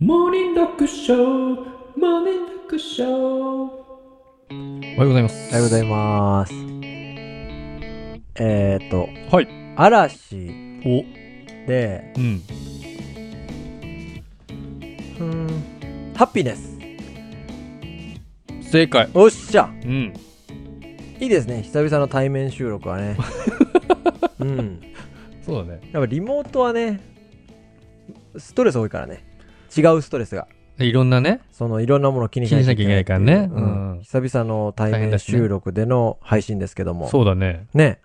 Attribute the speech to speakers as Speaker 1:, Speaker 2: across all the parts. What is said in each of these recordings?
Speaker 1: モーニングドッグショー、モーニングドッグショー。おはようございます。
Speaker 2: おはようございます。えっ、ー、と、
Speaker 1: はい。
Speaker 2: 嵐
Speaker 1: お、
Speaker 2: で、
Speaker 1: うん。
Speaker 2: うーん、ハッピネス。
Speaker 1: 正解。
Speaker 2: おっしゃ
Speaker 1: うん。
Speaker 2: いいですね。久々の対面収録はね。 うん。
Speaker 1: そうだね。
Speaker 2: やっぱリモートはね、ストレス多いからね。違うストレスが。
Speaker 1: いろんなね。
Speaker 2: そのいろんなものを気にしなきゃいけないってう
Speaker 1: 気にしなきゃいけないからねう
Speaker 2: う
Speaker 1: ん
Speaker 2: ん。久々の対
Speaker 1: 大変だ
Speaker 2: 面
Speaker 1: しね
Speaker 2: 収録での配信ですけども。
Speaker 1: そうだね。
Speaker 2: ね。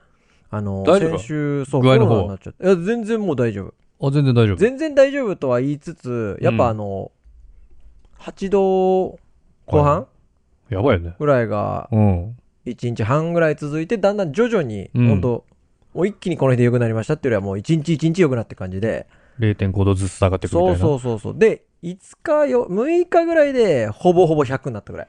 Speaker 2: あの、
Speaker 1: 大丈夫か
Speaker 2: 先週、そう、
Speaker 1: 具合の方
Speaker 2: コロナになっちゃって。いや、全然もう大丈夫。
Speaker 1: あ、全然大丈夫。
Speaker 2: 全然大丈夫とは言いつつ、やっ
Speaker 1: うん
Speaker 2: ぱあの、8度後半
Speaker 1: やばいよね。
Speaker 2: ぐらいが
Speaker 1: うん。
Speaker 2: 1日半ぐらい続いて、だんだん徐々に、
Speaker 1: うん
Speaker 2: 本当もう一気にこの日で良くなりましたっていうよりはもう1日1日良くなって感じで、
Speaker 1: 0.5度ずつ下がってくるみたいう
Speaker 2: そ
Speaker 1: な。
Speaker 2: そうそうそう。で、5日よ、6日ぐらいで、ほぼほぼ100になったぐらい。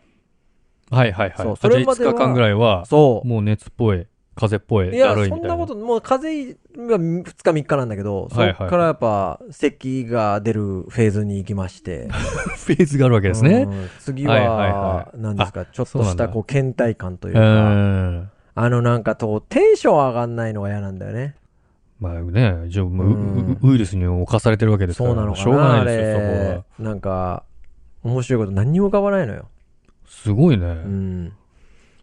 Speaker 1: はいはいはい。
Speaker 2: そう
Speaker 1: あ
Speaker 2: それまで
Speaker 1: じゃ
Speaker 2: は
Speaker 1: あ5日間ぐらいは、
Speaker 2: そう。
Speaker 1: もう熱っぽい、風邪っぽい、
Speaker 2: いや、
Speaker 1: だるい
Speaker 2: そ
Speaker 1: み
Speaker 2: ん
Speaker 1: たいな。
Speaker 2: なこと、もう風邪が2日3日なんだけど、そ
Speaker 1: はいはい
Speaker 2: っからやっぱ、咳が出るフェーズに行きまして。
Speaker 1: フェーズがあるわけですね
Speaker 2: う。ん次
Speaker 1: はいはいは
Speaker 2: は、
Speaker 1: い
Speaker 2: 何ですか、ちょっ
Speaker 1: そう
Speaker 2: と
Speaker 1: な
Speaker 2: し
Speaker 1: んだ
Speaker 2: たこう倦怠感という
Speaker 1: う
Speaker 2: か、
Speaker 1: ん。
Speaker 2: あのなんかとテンション上がんないのが嫌なんだよね。
Speaker 1: まあね、じゃあもう
Speaker 2: うん
Speaker 1: ウウイルスに侵されてるわけですか
Speaker 2: そ
Speaker 1: ら、
Speaker 2: うなの
Speaker 1: し
Speaker 2: か
Speaker 1: ょう
Speaker 2: な、
Speaker 1: が
Speaker 2: あ
Speaker 1: ないですよ、そこは
Speaker 2: れ。。なんか、面白いこと何にも浮かばないのよ。
Speaker 1: すごいね。
Speaker 2: うん。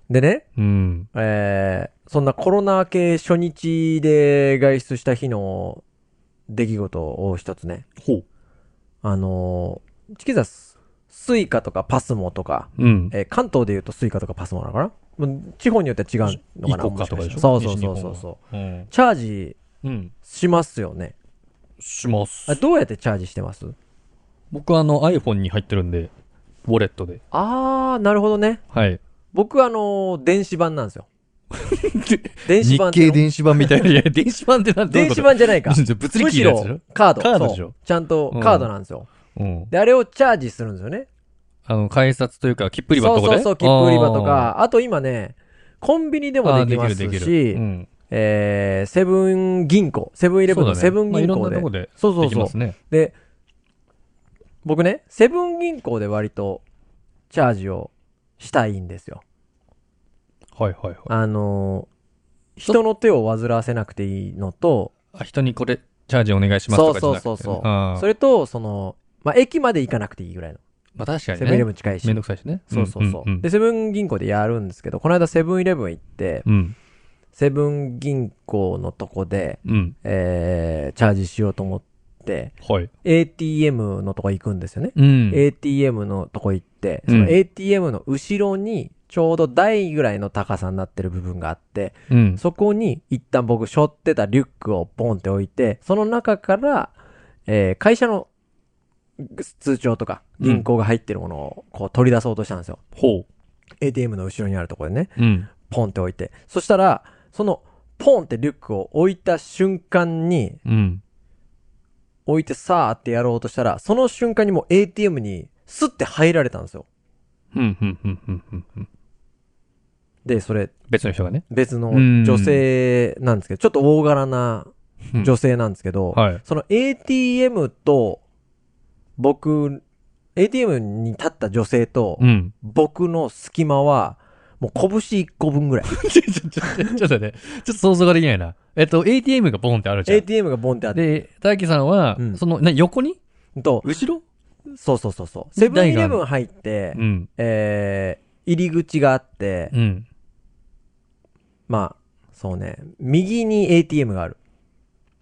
Speaker 2: でね、
Speaker 1: うん。
Speaker 2: えーそんなコロナ系初日で外出した日の出来事を一つね、
Speaker 1: ほう。
Speaker 2: あのー、チキザス、スイカとかパスモとか、
Speaker 1: うん。
Speaker 2: えー関東で言うとスイカとかパスモなのかなもう地方によっては違うの
Speaker 1: イ
Speaker 2: かな
Speaker 1: コカとかでしょ
Speaker 2: そうそうそうそうそう。
Speaker 1: うん。
Speaker 2: チャージ
Speaker 1: うん。
Speaker 2: しますよね。
Speaker 1: します
Speaker 2: あ。どうやってチャージしてます
Speaker 1: 僕はあの iPhone に入ってるんで、ウォレットで。
Speaker 2: あー、なるほどね。
Speaker 1: はい。
Speaker 2: 僕あのー電子版なんで すよ。電子版って
Speaker 1: 日経電子版みたいな。いや、 電子版ってなん
Speaker 2: 電子
Speaker 1: 版。
Speaker 2: 版じゃない か
Speaker 1: 物理
Speaker 2: む
Speaker 1: 機
Speaker 2: し
Speaker 1: のやつでし
Speaker 2: ろ
Speaker 1: ょ
Speaker 2: カード。
Speaker 1: カードでしょ
Speaker 2: そうちゃんと
Speaker 1: うん
Speaker 2: カードなんですよ。
Speaker 1: うん。
Speaker 2: で、あれをチャージするんですよね。
Speaker 1: あの、改札というか、切符売り場
Speaker 2: そ
Speaker 1: とか
Speaker 2: うそ
Speaker 1: で
Speaker 2: うそう、切符売り場と。か、あと今ね、コンビニで
Speaker 1: あー
Speaker 2: も
Speaker 1: あー
Speaker 2: でき
Speaker 1: でき
Speaker 2: ます
Speaker 1: るできる。
Speaker 2: し
Speaker 1: う、ん。
Speaker 2: えーセブン銀行、セブンイレブンのセブン銀
Speaker 1: まあ
Speaker 2: 行
Speaker 1: いろんなとこ
Speaker 2: で。
Speaker 1: で
Speaker 2: そうそ
Speaker 1: で
Speaker 2: う
Speaker 1: き
Speaker 2: そ
Speaker 1: ま
Speaker 2: う
Speaker 1: す。ね。
Speaker 2: で、僕ね、セブン銀行で割とチャージをしたいんですよ。
Speaker 1: はいはいはい。
Speaker 2: あのー人の手を煩わせなくていいのと、
Speaker 1: あ、人にこれ、チャージお願いしますとかじゃなくて
Speaker 2: そうそうそうそう
Speaker 1: あー
Speaker 2: それと、その、まあ、駅まで行かなくていいぐらいの。
Speaker 1: まあ確かに
Speaker 2: セブンイレ
Speaker 1: ね。
Speaker 2: ブン近いし
Speaker 1: めん。どくさいしね。
Speaker 2: そうそうそう。
Speaker 1: んんん
Speaker 2: で、セブン銀行でやるんですけど、この間セブンイレブン行って、
Speaker 1: うん。
Speaker 2: セブン銀行のとこで、
Speaker 1: うん。
Speaker 2: えー、チャージしようと思って、
Speaker 1: はい。
Speaker 2: ATM のとこ行くんですよね。
Speaker 1: うん。
Speaker 2: ATM のとこ行って、
Speaker 1: う
Speaker 2: そ
Speaker 1: ん
Speaker 2: の ATM の後ろに、ちょうど台ぐらいの高さになってる部分があって、
Speaker 1: うん。
Speaker 2: そこに一旦僕背負ってたリュックをポンって置いて、その中から、えー会社の通帳とか
Speaker 1: うん
Speaker 2: 銀行が入ってるものをこう取り出そうとしたんですよ。
Speaker 1: ほ
Speaker 2: ATM の後ろにあるところでね、
Speaker 1: う。うん。
Speaker 2: ポンって置いて。そしたら、そのポンってリュックを置いた瞬間に、
Speaker 1: うん。
Speaker 2: 置いてさーってやろうとしたら、その瞬間にもう ATM にスッて入られたんですよ。
Speaker 1: うん、うん、うん、うんうん、うん。
Speaker 2: で、それ、
Speaker 1: 別の人がね。
Speaker 2: 別の
Speaker 1: うん
Speaker 2: 女性なんですけど、ちょっと大柄な女性なんですけど、
Speaker 1: はい。
Speaker 2: その ATM と、僕、ATM に立った女性と、
Speaker 1: うん。
Speaker 2: 僕の隙間は、もう拳一個分ぐらい。
Speaker 1: ちょ、ちょ、ちょ、ちょっと待って。ちょっと想像ができないな。えっと、ATM がボンってある じゃん。
Speaker 2: ATM がボンってあって、
Speaker 1: で、大輝さんは
Speaker 2: う、ん
Speaker 1: その、な、横に
Speaker 2: と、
Speaker 1: 後ろ
Speaker 2: そうそうそうそう。セ
Speaker 1: 台が
Speaker 2: ブ
Speaker 1: ある
Speaker 2: ンイレブン入って、
Speaker 1: うん。
Speaker 2: えー、入り口があって、
Speaker 1: うん。
Speaker 2: まあ、そうね、右に ATM がある。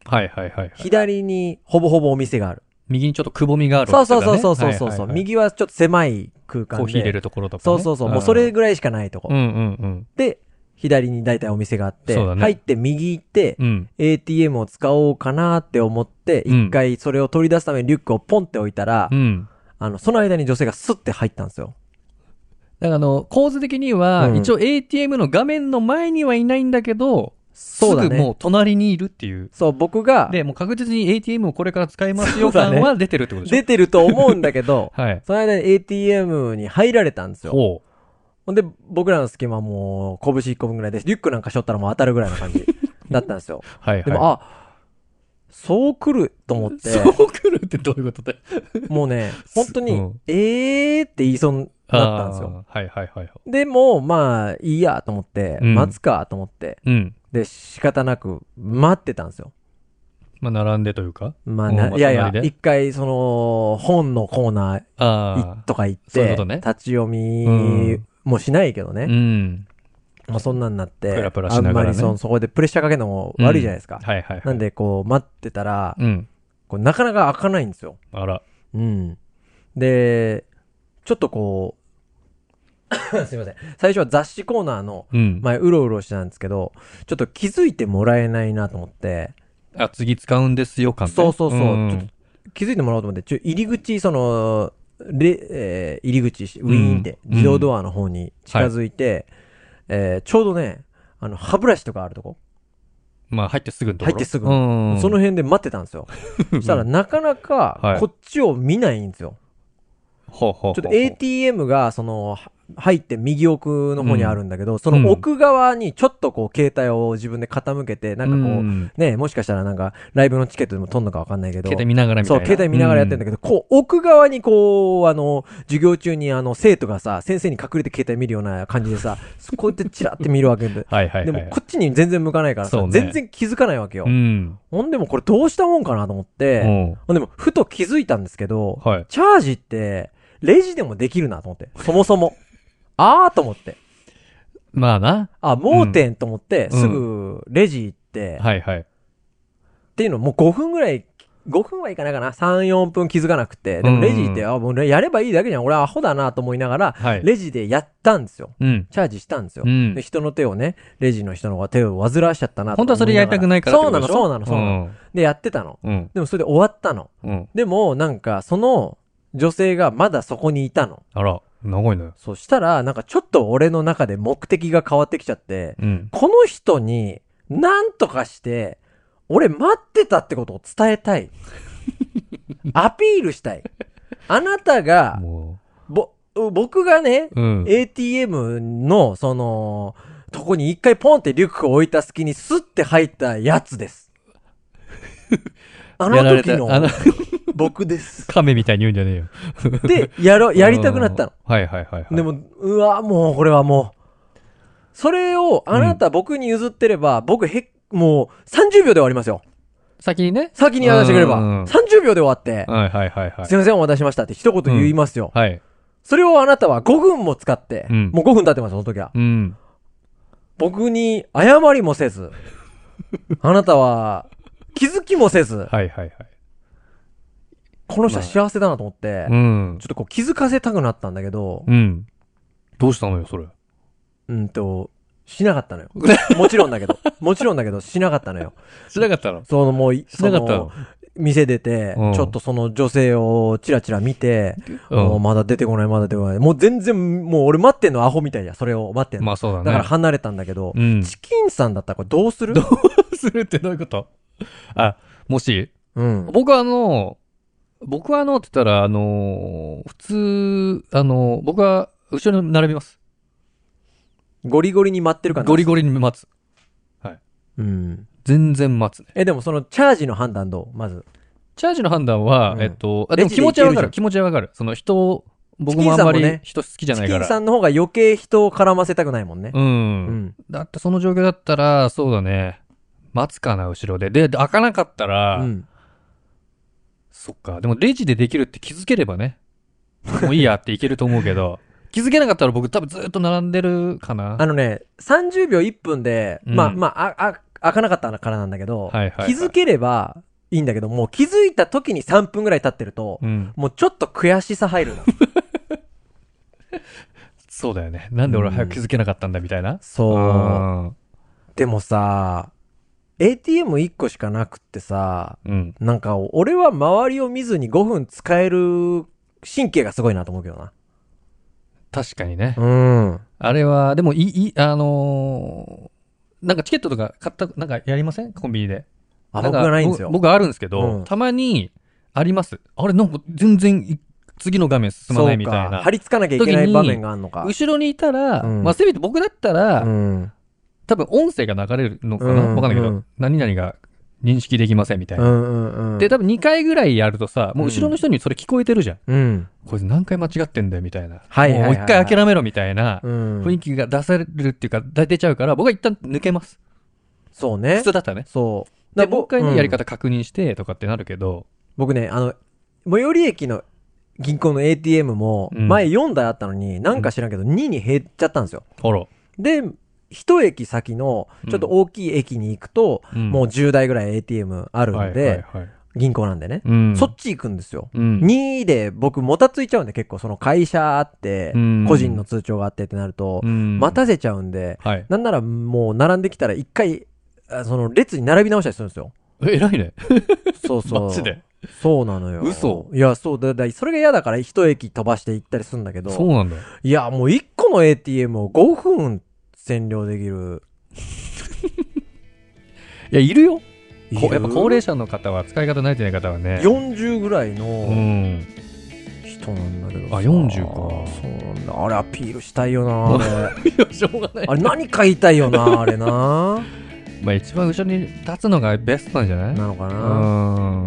Speaker 1: はいはいはいはい。
Speaker 2: 左にほぼほぼお店がある。
Speaker 1: 右にちょっとくぼみがある
Speaker 2: そう
Speaker 1: わけ
Speaker 2: そ
Speaker 1: だ
Speaker 2: う
Speaker 1: ね。
Speaker 2: そうそうそうそう、
Speaker 1: はいはいはい。
Speaker 2: 右はちょっと狭い空間で。
Speaker 1: コーヒー入れるところとかね。
Speaker 2: そうそうそう。もうそれぐらいしかないとこ。
Speaker 1: うんうんうん。
Speaker 2: で、左に大体お店があって、
Speaker 1: そうだね
Speaker 2: 入って右行って、
Speaker 1: うん。
Speaker 2: ATM を使おうかなって思って、
Speaker 1: うん
Speaker 2: 一回それを取り出すためにリュックをポンって置いたら、
Speaker 1: うん。
Speaker 2: あの、その間に女性がスッて入ったんですよ。
Speaker 1: だからあの、構図的には、
Speaker 2: うん
Speaker 1: 一応 ATM の画面の前にはいないんだけど、
Speaker 2: そうだ
Speaker 1: すぐも
Speaker 2: ね
Speaker 1: う。隣にいるっていう。
Speaker 2: そう、僕が
Speaker 1: で、もう確実に ATM をこれから使いますよ
Speaker 2: そうだ
Speaker 1: 感
Speaker 2: ね
Speaker 1: は出てるってことでしょ、
Speaker 2: 出てると思うんだけど
Speaker 1: はい。
Speaker 2: その間に ATM に入られたんですよ。
Speaker 1: ほ
Speaker 2: ほんで、僕らの隙間はもう拳1個分ぐらいです。リュックなんかしょったらもう当たるぐらいの感じだったんですよ
Speaker 1: う。。はい
Speaker 2: で
Speaker 1: はい。
Speaker 2: も、あ、そう来ると思って、
Speaker 1: そう来るってどういうことだよ。
Speaker 2: もう ね、本当に、
Speaker 1: うん
Speaker 2: えーって言いそうになったんですよ。
Speaker 1: あー。はいはいはいはい。
Speaker 2: でも、まあ、いいやと思って、
Speaker 1: うん
Speaker 2: 待つかと思って、
Speaker 1: うん。
Speaker 2: で、仕方なく待ってたんですよ。
Speaker 1: まあ、並んでというか。
Speaker 2: まあ、
Speaker 1: うん
Speaker 2: な
Speaker 1: まあ
Speaker 2: いやいや
Speaker 1: 隣、で
Speaker 2: 一回、その、本のコーナーい
Speaker 1: ああ。
Speaker 2: とか行っ
Speaker 1: そういう
Speaker 2: て、
Speaker 1: ことね
Speaker 2: 立ち読
Speaker 1: う
Speaker 2: み
Speaker 1: ん
Speaker 2: もしないけどね。
Speaker 1: うん。
Speaker 2: まあ、そんなんなって、
Speaker 1: プラプラしながらね
Speaker 2: あんまりそのそこでプレッシャーかけるのも悪いじゃないですか。
Speaker 1: はいはいはい。
Speaker 2: なんで、こう、待ってたら、
Speaker 1: うん。
Speaker 2: こうなかなか開かないんですよ。
Speaker 1: あら。
Speaker 2: うん。で、ちょっとこう、 すいません。最初は雑誌コーナーの
Speaker 1: うん。
Speaker 2: 前、うろうろしてたんですけど、ちょっと気づいてもらえないなと思って、
Speaker 1: あ、次使うんですよ、感ね
Speaker 2: そうそうそう
Speaker 1: うん
Speaker 2: ちょっ気づいてもらおうと思って、ちょ入り口、その、れえー入り口し、ウィーンって、
Speaker 1: うん
Speaker 2: 自動ドアの方に近づいて、えーちょうどね、あの、歯ブラシとかあるとこ、
Speaker 1: まあ、入ってすぐのところ
Speaker 2: 入ってすぐ
Speaker 1: うん。
Speaker 2: その辺で待ってたん ですよ。そしたら、なかな
Speaker 1: は
Speaker 2: か、
Speaker 1: い
Speaker 2: こっちを見ないんですよ。
Speaker 1: ほうほうほう
Speaker 2: ちょっと ATM が、その、は入って右奥の方にあるんだけど、そうの
Speaker 1: ん
Speaker 2: 奥側にちょっとこう、携帯を自分で傾けて、なんかこう、
Speaker 1: うん
Speaker 2: ね、もしかしたらなんか、ライブのチケットでも取んのかわかんないけど、
Speaker 1: 携帯見ながらみた
Speaker 2: そ、
Speaker 1: いうな。
Speaker 2: 携帯見ながらやってんだけど、こう、奥側にこう、あの、授業中にあの、生徒がさ、先生に隠れて携帯見るような感じで さ、そこうやってチラって見るわけで。
Speaker 1: ど。はいはいは
Speaker 2: で
Speaker 1: い。
Speaker 2: も、こっちに全然向かないからさ、
Speaker 1: そうね
Speaker 2: 全然気づかないわけよ。
Speaker 1: うん。
Speaker 2: ほんでもこれどうしたもんかなと思って、
Speaker 1: うん
Speaker 2: ほんでも、ふと気づいたんですけど、
Speaker 1: はい。
Speaker 2: チャージって、レジでもできるなと思って、そも そも。あーと思って。
Speaker 1: まあな。
Speaker 2: あ、盲点と思って、
Speaker 1: うん
Speaker 2: すぐレジ行って、
Speaker 1: はいはい。
Speaker 2: っていうのもう5分ぐらい、5分はいかないかな。3、4分気づかなくて。でもレジ行って、あ、もうやればいいだけじゃん。俺アホだなと思いながら、
Speaker 1: はい。
Speaker 2: レジでやったんですよ。
Speaker 1: うん。
Speaker 2: チャージしたんですよ
Speaker 1: う。ん
Speaker 2: で。人の手をね、レジの人の手を煩わしちゃったなと
Speaker 1: 本当はそれやりたくないからってこ
Speaker 2: そうな
Speaker 1: と
Speaker 2: の、
Speaker 1: でしょ
Speaker 2: そうなの、そうなの。で、やってたの。
Speaker 1: うん。うん。
Speaker 2: でもそれで終わったの。
Speaker 1: うん。
Speaker 2: でも、なんか、その女性がまだそこにいたの。
Speaker 1: あら、長いのよ。
Speaker 2: そしたら、なんかちょっと俺の中で目的が変わってきちゃって、
Speaker 1: うん。
Speaker 2: この人に、なんとかして、俺待ってたってことを伝え たい。アピールしたい。あなたが、
Speaker 1: も
Speaker 2: ぼ、僕がね、
Speaker 1: う。うん。
Speaker 2: ATM の、その、とこに一回ポンってリュックを置いた隙にスッて入ったや つです。あ
Speaker 1: やら
Speaker 2: の
Speaker 1: れ
Speaker 2: 時
Speaker 1: た
Speaker 2: の
Speaker 1: あの、
Speaker 2: 僕です。
Speaker 1: 亀みたいに言うんじゃねえよ。
Speaker 2: で、やろ、やりたくなったの。
Speaker 1: うん。はいはいはいはい。
Speaker 2: で、も、うわ、もう、これはもう。それを、あなた、僕に譲ってれば、僕、へ、もう、30秒で終わりますよ。
Speaker 1: 先にね。
Speaker 2: 先にやらせてくれば。
Speaker 1: うん
Speaker 2: 30秒で終わって、
Speaker 1: はいはいはいはい
Speaker 2: すい。ません、お待たせしましたって一言言いますよ。
Speaker 1: はい。
Speaker 2: それをあなたは5分も使って、
Speaker 1: うん
Speaker 2: もう5分経ってます、その時は。
Speaker 1: うん。
Speaker 2: 僕に謝りも せず、あなたは、気づきもせず、
Speaker 1: はいはいはい。
Speaker 2: この人は幸せだなと思って、
Speaker 1: うん
Speaker 2: ちょ。っとこう気づかせたくなったんだけど、
Speaker 1: うん。どうしたのよ、それ。
Speaker 2: うんと、しなかったのよ。もちろんだけど、もちろんだけど、しなかったのよ。
Speaker 1: しなかったの
Speaker 2: そのもう、
Speaker 1: しなかった
Speaker 2: その店出て、
Speaker 1: うん
Speaker 2: ちょっとその女性をチラチラ見て、もう
Speaker 1: の
Speaker 2: まだ出てこない、まだ出てこない。もう全然、もう俺待ってんのアホみたいや、それを待って
Speaker 1: う
Speaker 2: ん
Speaker 1: ん。
Speaker 2: の。
Speaker 1: まあそうだ
Speaker 2: だ
Speaker 1: ね。
Speaker 2: から離れたんだけど、
Speaker 1: うん。
Speaker 2: チキンさんだったらこれどうする
Speaker 1: どするってどういうことあ、もし、
Speaker 2: うん。
Speaker 1: 僕はあの、僕はあのって言ったら、あの、普通、あの、僕は後ろに並びます。
Speaker 2: ゴリゴリに待ってるから
Speaker 1: ゴリゴリに待つ。
Speaker 2: うん。
Speaker 1: 全然待つね。
Speaker 2: え、でもそのチャージの判断どうまず。
Speaker 1: チャージの判断は、
Speaker 2: うん
Speaker 1: えっと、あ、でも
Speaker 2: レジ
Speaker 1: 気
Speaker 2: で
Speaker 1: 持ちはわか
Speaker 2: いけるじゃ
Speaker 1: る。
Speaker 2: ん
Speaker 1: 気持ちはわかる。その人を、僕も
Speaker 2: チキン
Speaker 1: あん
Speaker 2: さん
Speaker 1: ま
Speaker 2: もね
Speaker 1: り人好きじゃ
Speaker 2: チ
Speaker 1: ない
Speaker 2: キ
Speaker 1: か
Speaker 2: ン
Speaker 1: ら。
Speaker 2: さんの方が余計人を絡ませたくないもんね。
Speaker 1: う。
Speaker 2: うんん。
Speaker 1: だってその状況だったら、そうだね。待つかな、後ろで。で、開かなかった
Speaker 2: う
Speaker 1: ら、
Speaker 2: ん。
Speaker 1: そっか。でもレジでできるって気づければね。もういいやっていけると思うけど、 気づけなかったら僕多分ずっと並んでるかな。
Speaker 2: あのね、30秒1分で、
Speaker 1: うん
Speaker 2: まあ、まあ、あ、あ、開かなかったからなんだけど、
Speaker 1: はいはいはい
Speaker 2: 気づければいいんだけど、もう気づいた時に3分ぐらい経ってると、
Speaker 1: うん。
Speaker 2: もうちょっと悔しさ 入るの。
Speaker 1: そうだよね。なんで俺は早く気づけなかったんだみたいな。
Speaker 2: そう。
Speaker 1: ん。
Speaker 2: でもさ、ATM1 個しかなくってさ、
Speaker 1: うん。
Speaker 2: なんか俺は周りを見ずに5分使える神経がすごいなと思うけどな。
Speaker 1: 確かにね。
Speaker 2: うん。
Speaker 1: あれは、でもいい、いい、あのーなんかチケットとか買った、なんかやりませんコンビニで。
Speaker 2: あ、
Speaker 1: ん
Speaker 2: 僕
Speaker 1: か
Speaker 2: がないんですよ。
Speaker 1: 僕僕あるんですけど、
Speaker 2: うん
Speaker 1: たまにあります。あれ、なんか全然い次の画面進まないみたい
Speaker 2: そうか
Speaker 1: な
Speaker 2: 張。り付かなきゃいけない場面があるのか。
Speaker 1: 後ろにいたら、
Speaker 2: うん
Speaker 1: まあせめて僕だったら、
Speaker 2: うん。
Speaker 1: 多分音声が流れるのかなわ
Speaker 2: うん
Speaker 1: かんないけど、
Speaker 2: うん
Speaker 1: 何々が認識できませんみたいうな。
Speaker 2: んうんうん。
Speaker 1: で、多分2回ぐらいやるとさ、もう後ろの人にそれ聞こえてるじゃん。
Speaker 2: うん。
Speaker 1: こいつ何回間違ってんだよみたいな。
Speaker 2: はいはいはいはい
Speaker 1: もう一回諦めろみたいな
Speaker 2: うん。
Speaker 1: 雰囲気が出されるっていうか、出ちゃうから、僕は一旦抜けます。
Speaker 2: そう
Speaker 1: 普
Speaker 2: ね
Speaker 1: 通。だったらね。
Speaker 2: そう。
Speaker 1: で、
Speaker 2: ぼ
Speaker 1: もう一回ね、やり
Speaker 2: うん
Speaker 1: 方確認してとかってなるけど、
Speaker 2: 僕ね、あの、最寄り駅の銀行の ATM も、
Speaker 1: うん
Speaker 2: 前4台あったのに、なんか知らんけど、2に減っちゃったんですよ。
Speaker 1: ほら。
Speaker 2: で、一駅先の、ちょっと大きい駅に行くと、
Speaker 1: うん
Speaker 2: もう10台ぐらい ATM あるんで、
Speaker 1: はいはいはい
Speaker 2: 銀行なんでね、
Speaker 1: うん。
Speaker 2: そっち行くんですよ。
Speaker 1: うん、
Speaker 2: 2で僕もたついちゃうんで結構その会社あって
Speaker 1: う、ん
Speaker 2: 個人の通帳があってってなると、
Speaker 1: うん
Speaker 2: 待たせちゃうんで、
Speaker 1: はい。
Speaker 2: なんならもう並んできたら一回、あその列に並び直したりするんです よ。
Speaker 1: え、偉いね。
Speaker 2: そうそう。
Speaker 1: マジで。
Speaker 2: そうなのよ。
Speaker 1: 嘘
Speaker 2: いや、そうだ、だ、それが嫌だから一駅飛ばして行ったりするんだけ
Speaker 1: そう
Speaker 2: ど、
Speaker 1: なんだ。
Speaker 2: いや、もう一個の ATM を5分占領できる。
Speaker 1: いや、いるよ。こ
Speaker 2: いる
Speaker 1: やっぱ高齢者の方は、使い方慣れてない方はね。
Speaker 2: 40ぐらいうの
Speaker 1: ん。
Speaker 2: 人なんだけどさ
Speaker 1: あ40か
Speaker 2: そうなんだ。あれアピールしたいよな、あ れ。
Speaker 1: いや、しょうがない。
Speaker 2: あれ何か言いたいよな、あれな。
Speaker 1: まあ、一番後ろに立つのがベストなんじゃない
Speaker 2: なのか
Speaker 1: う
Speaker 2: な。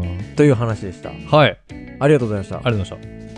Speaker 1: ん。
Speaker 2: という話でした。
Speaker 1: はい。
Speaker 2: ありがとうございました
Speaker 1: あ。りがとうございました。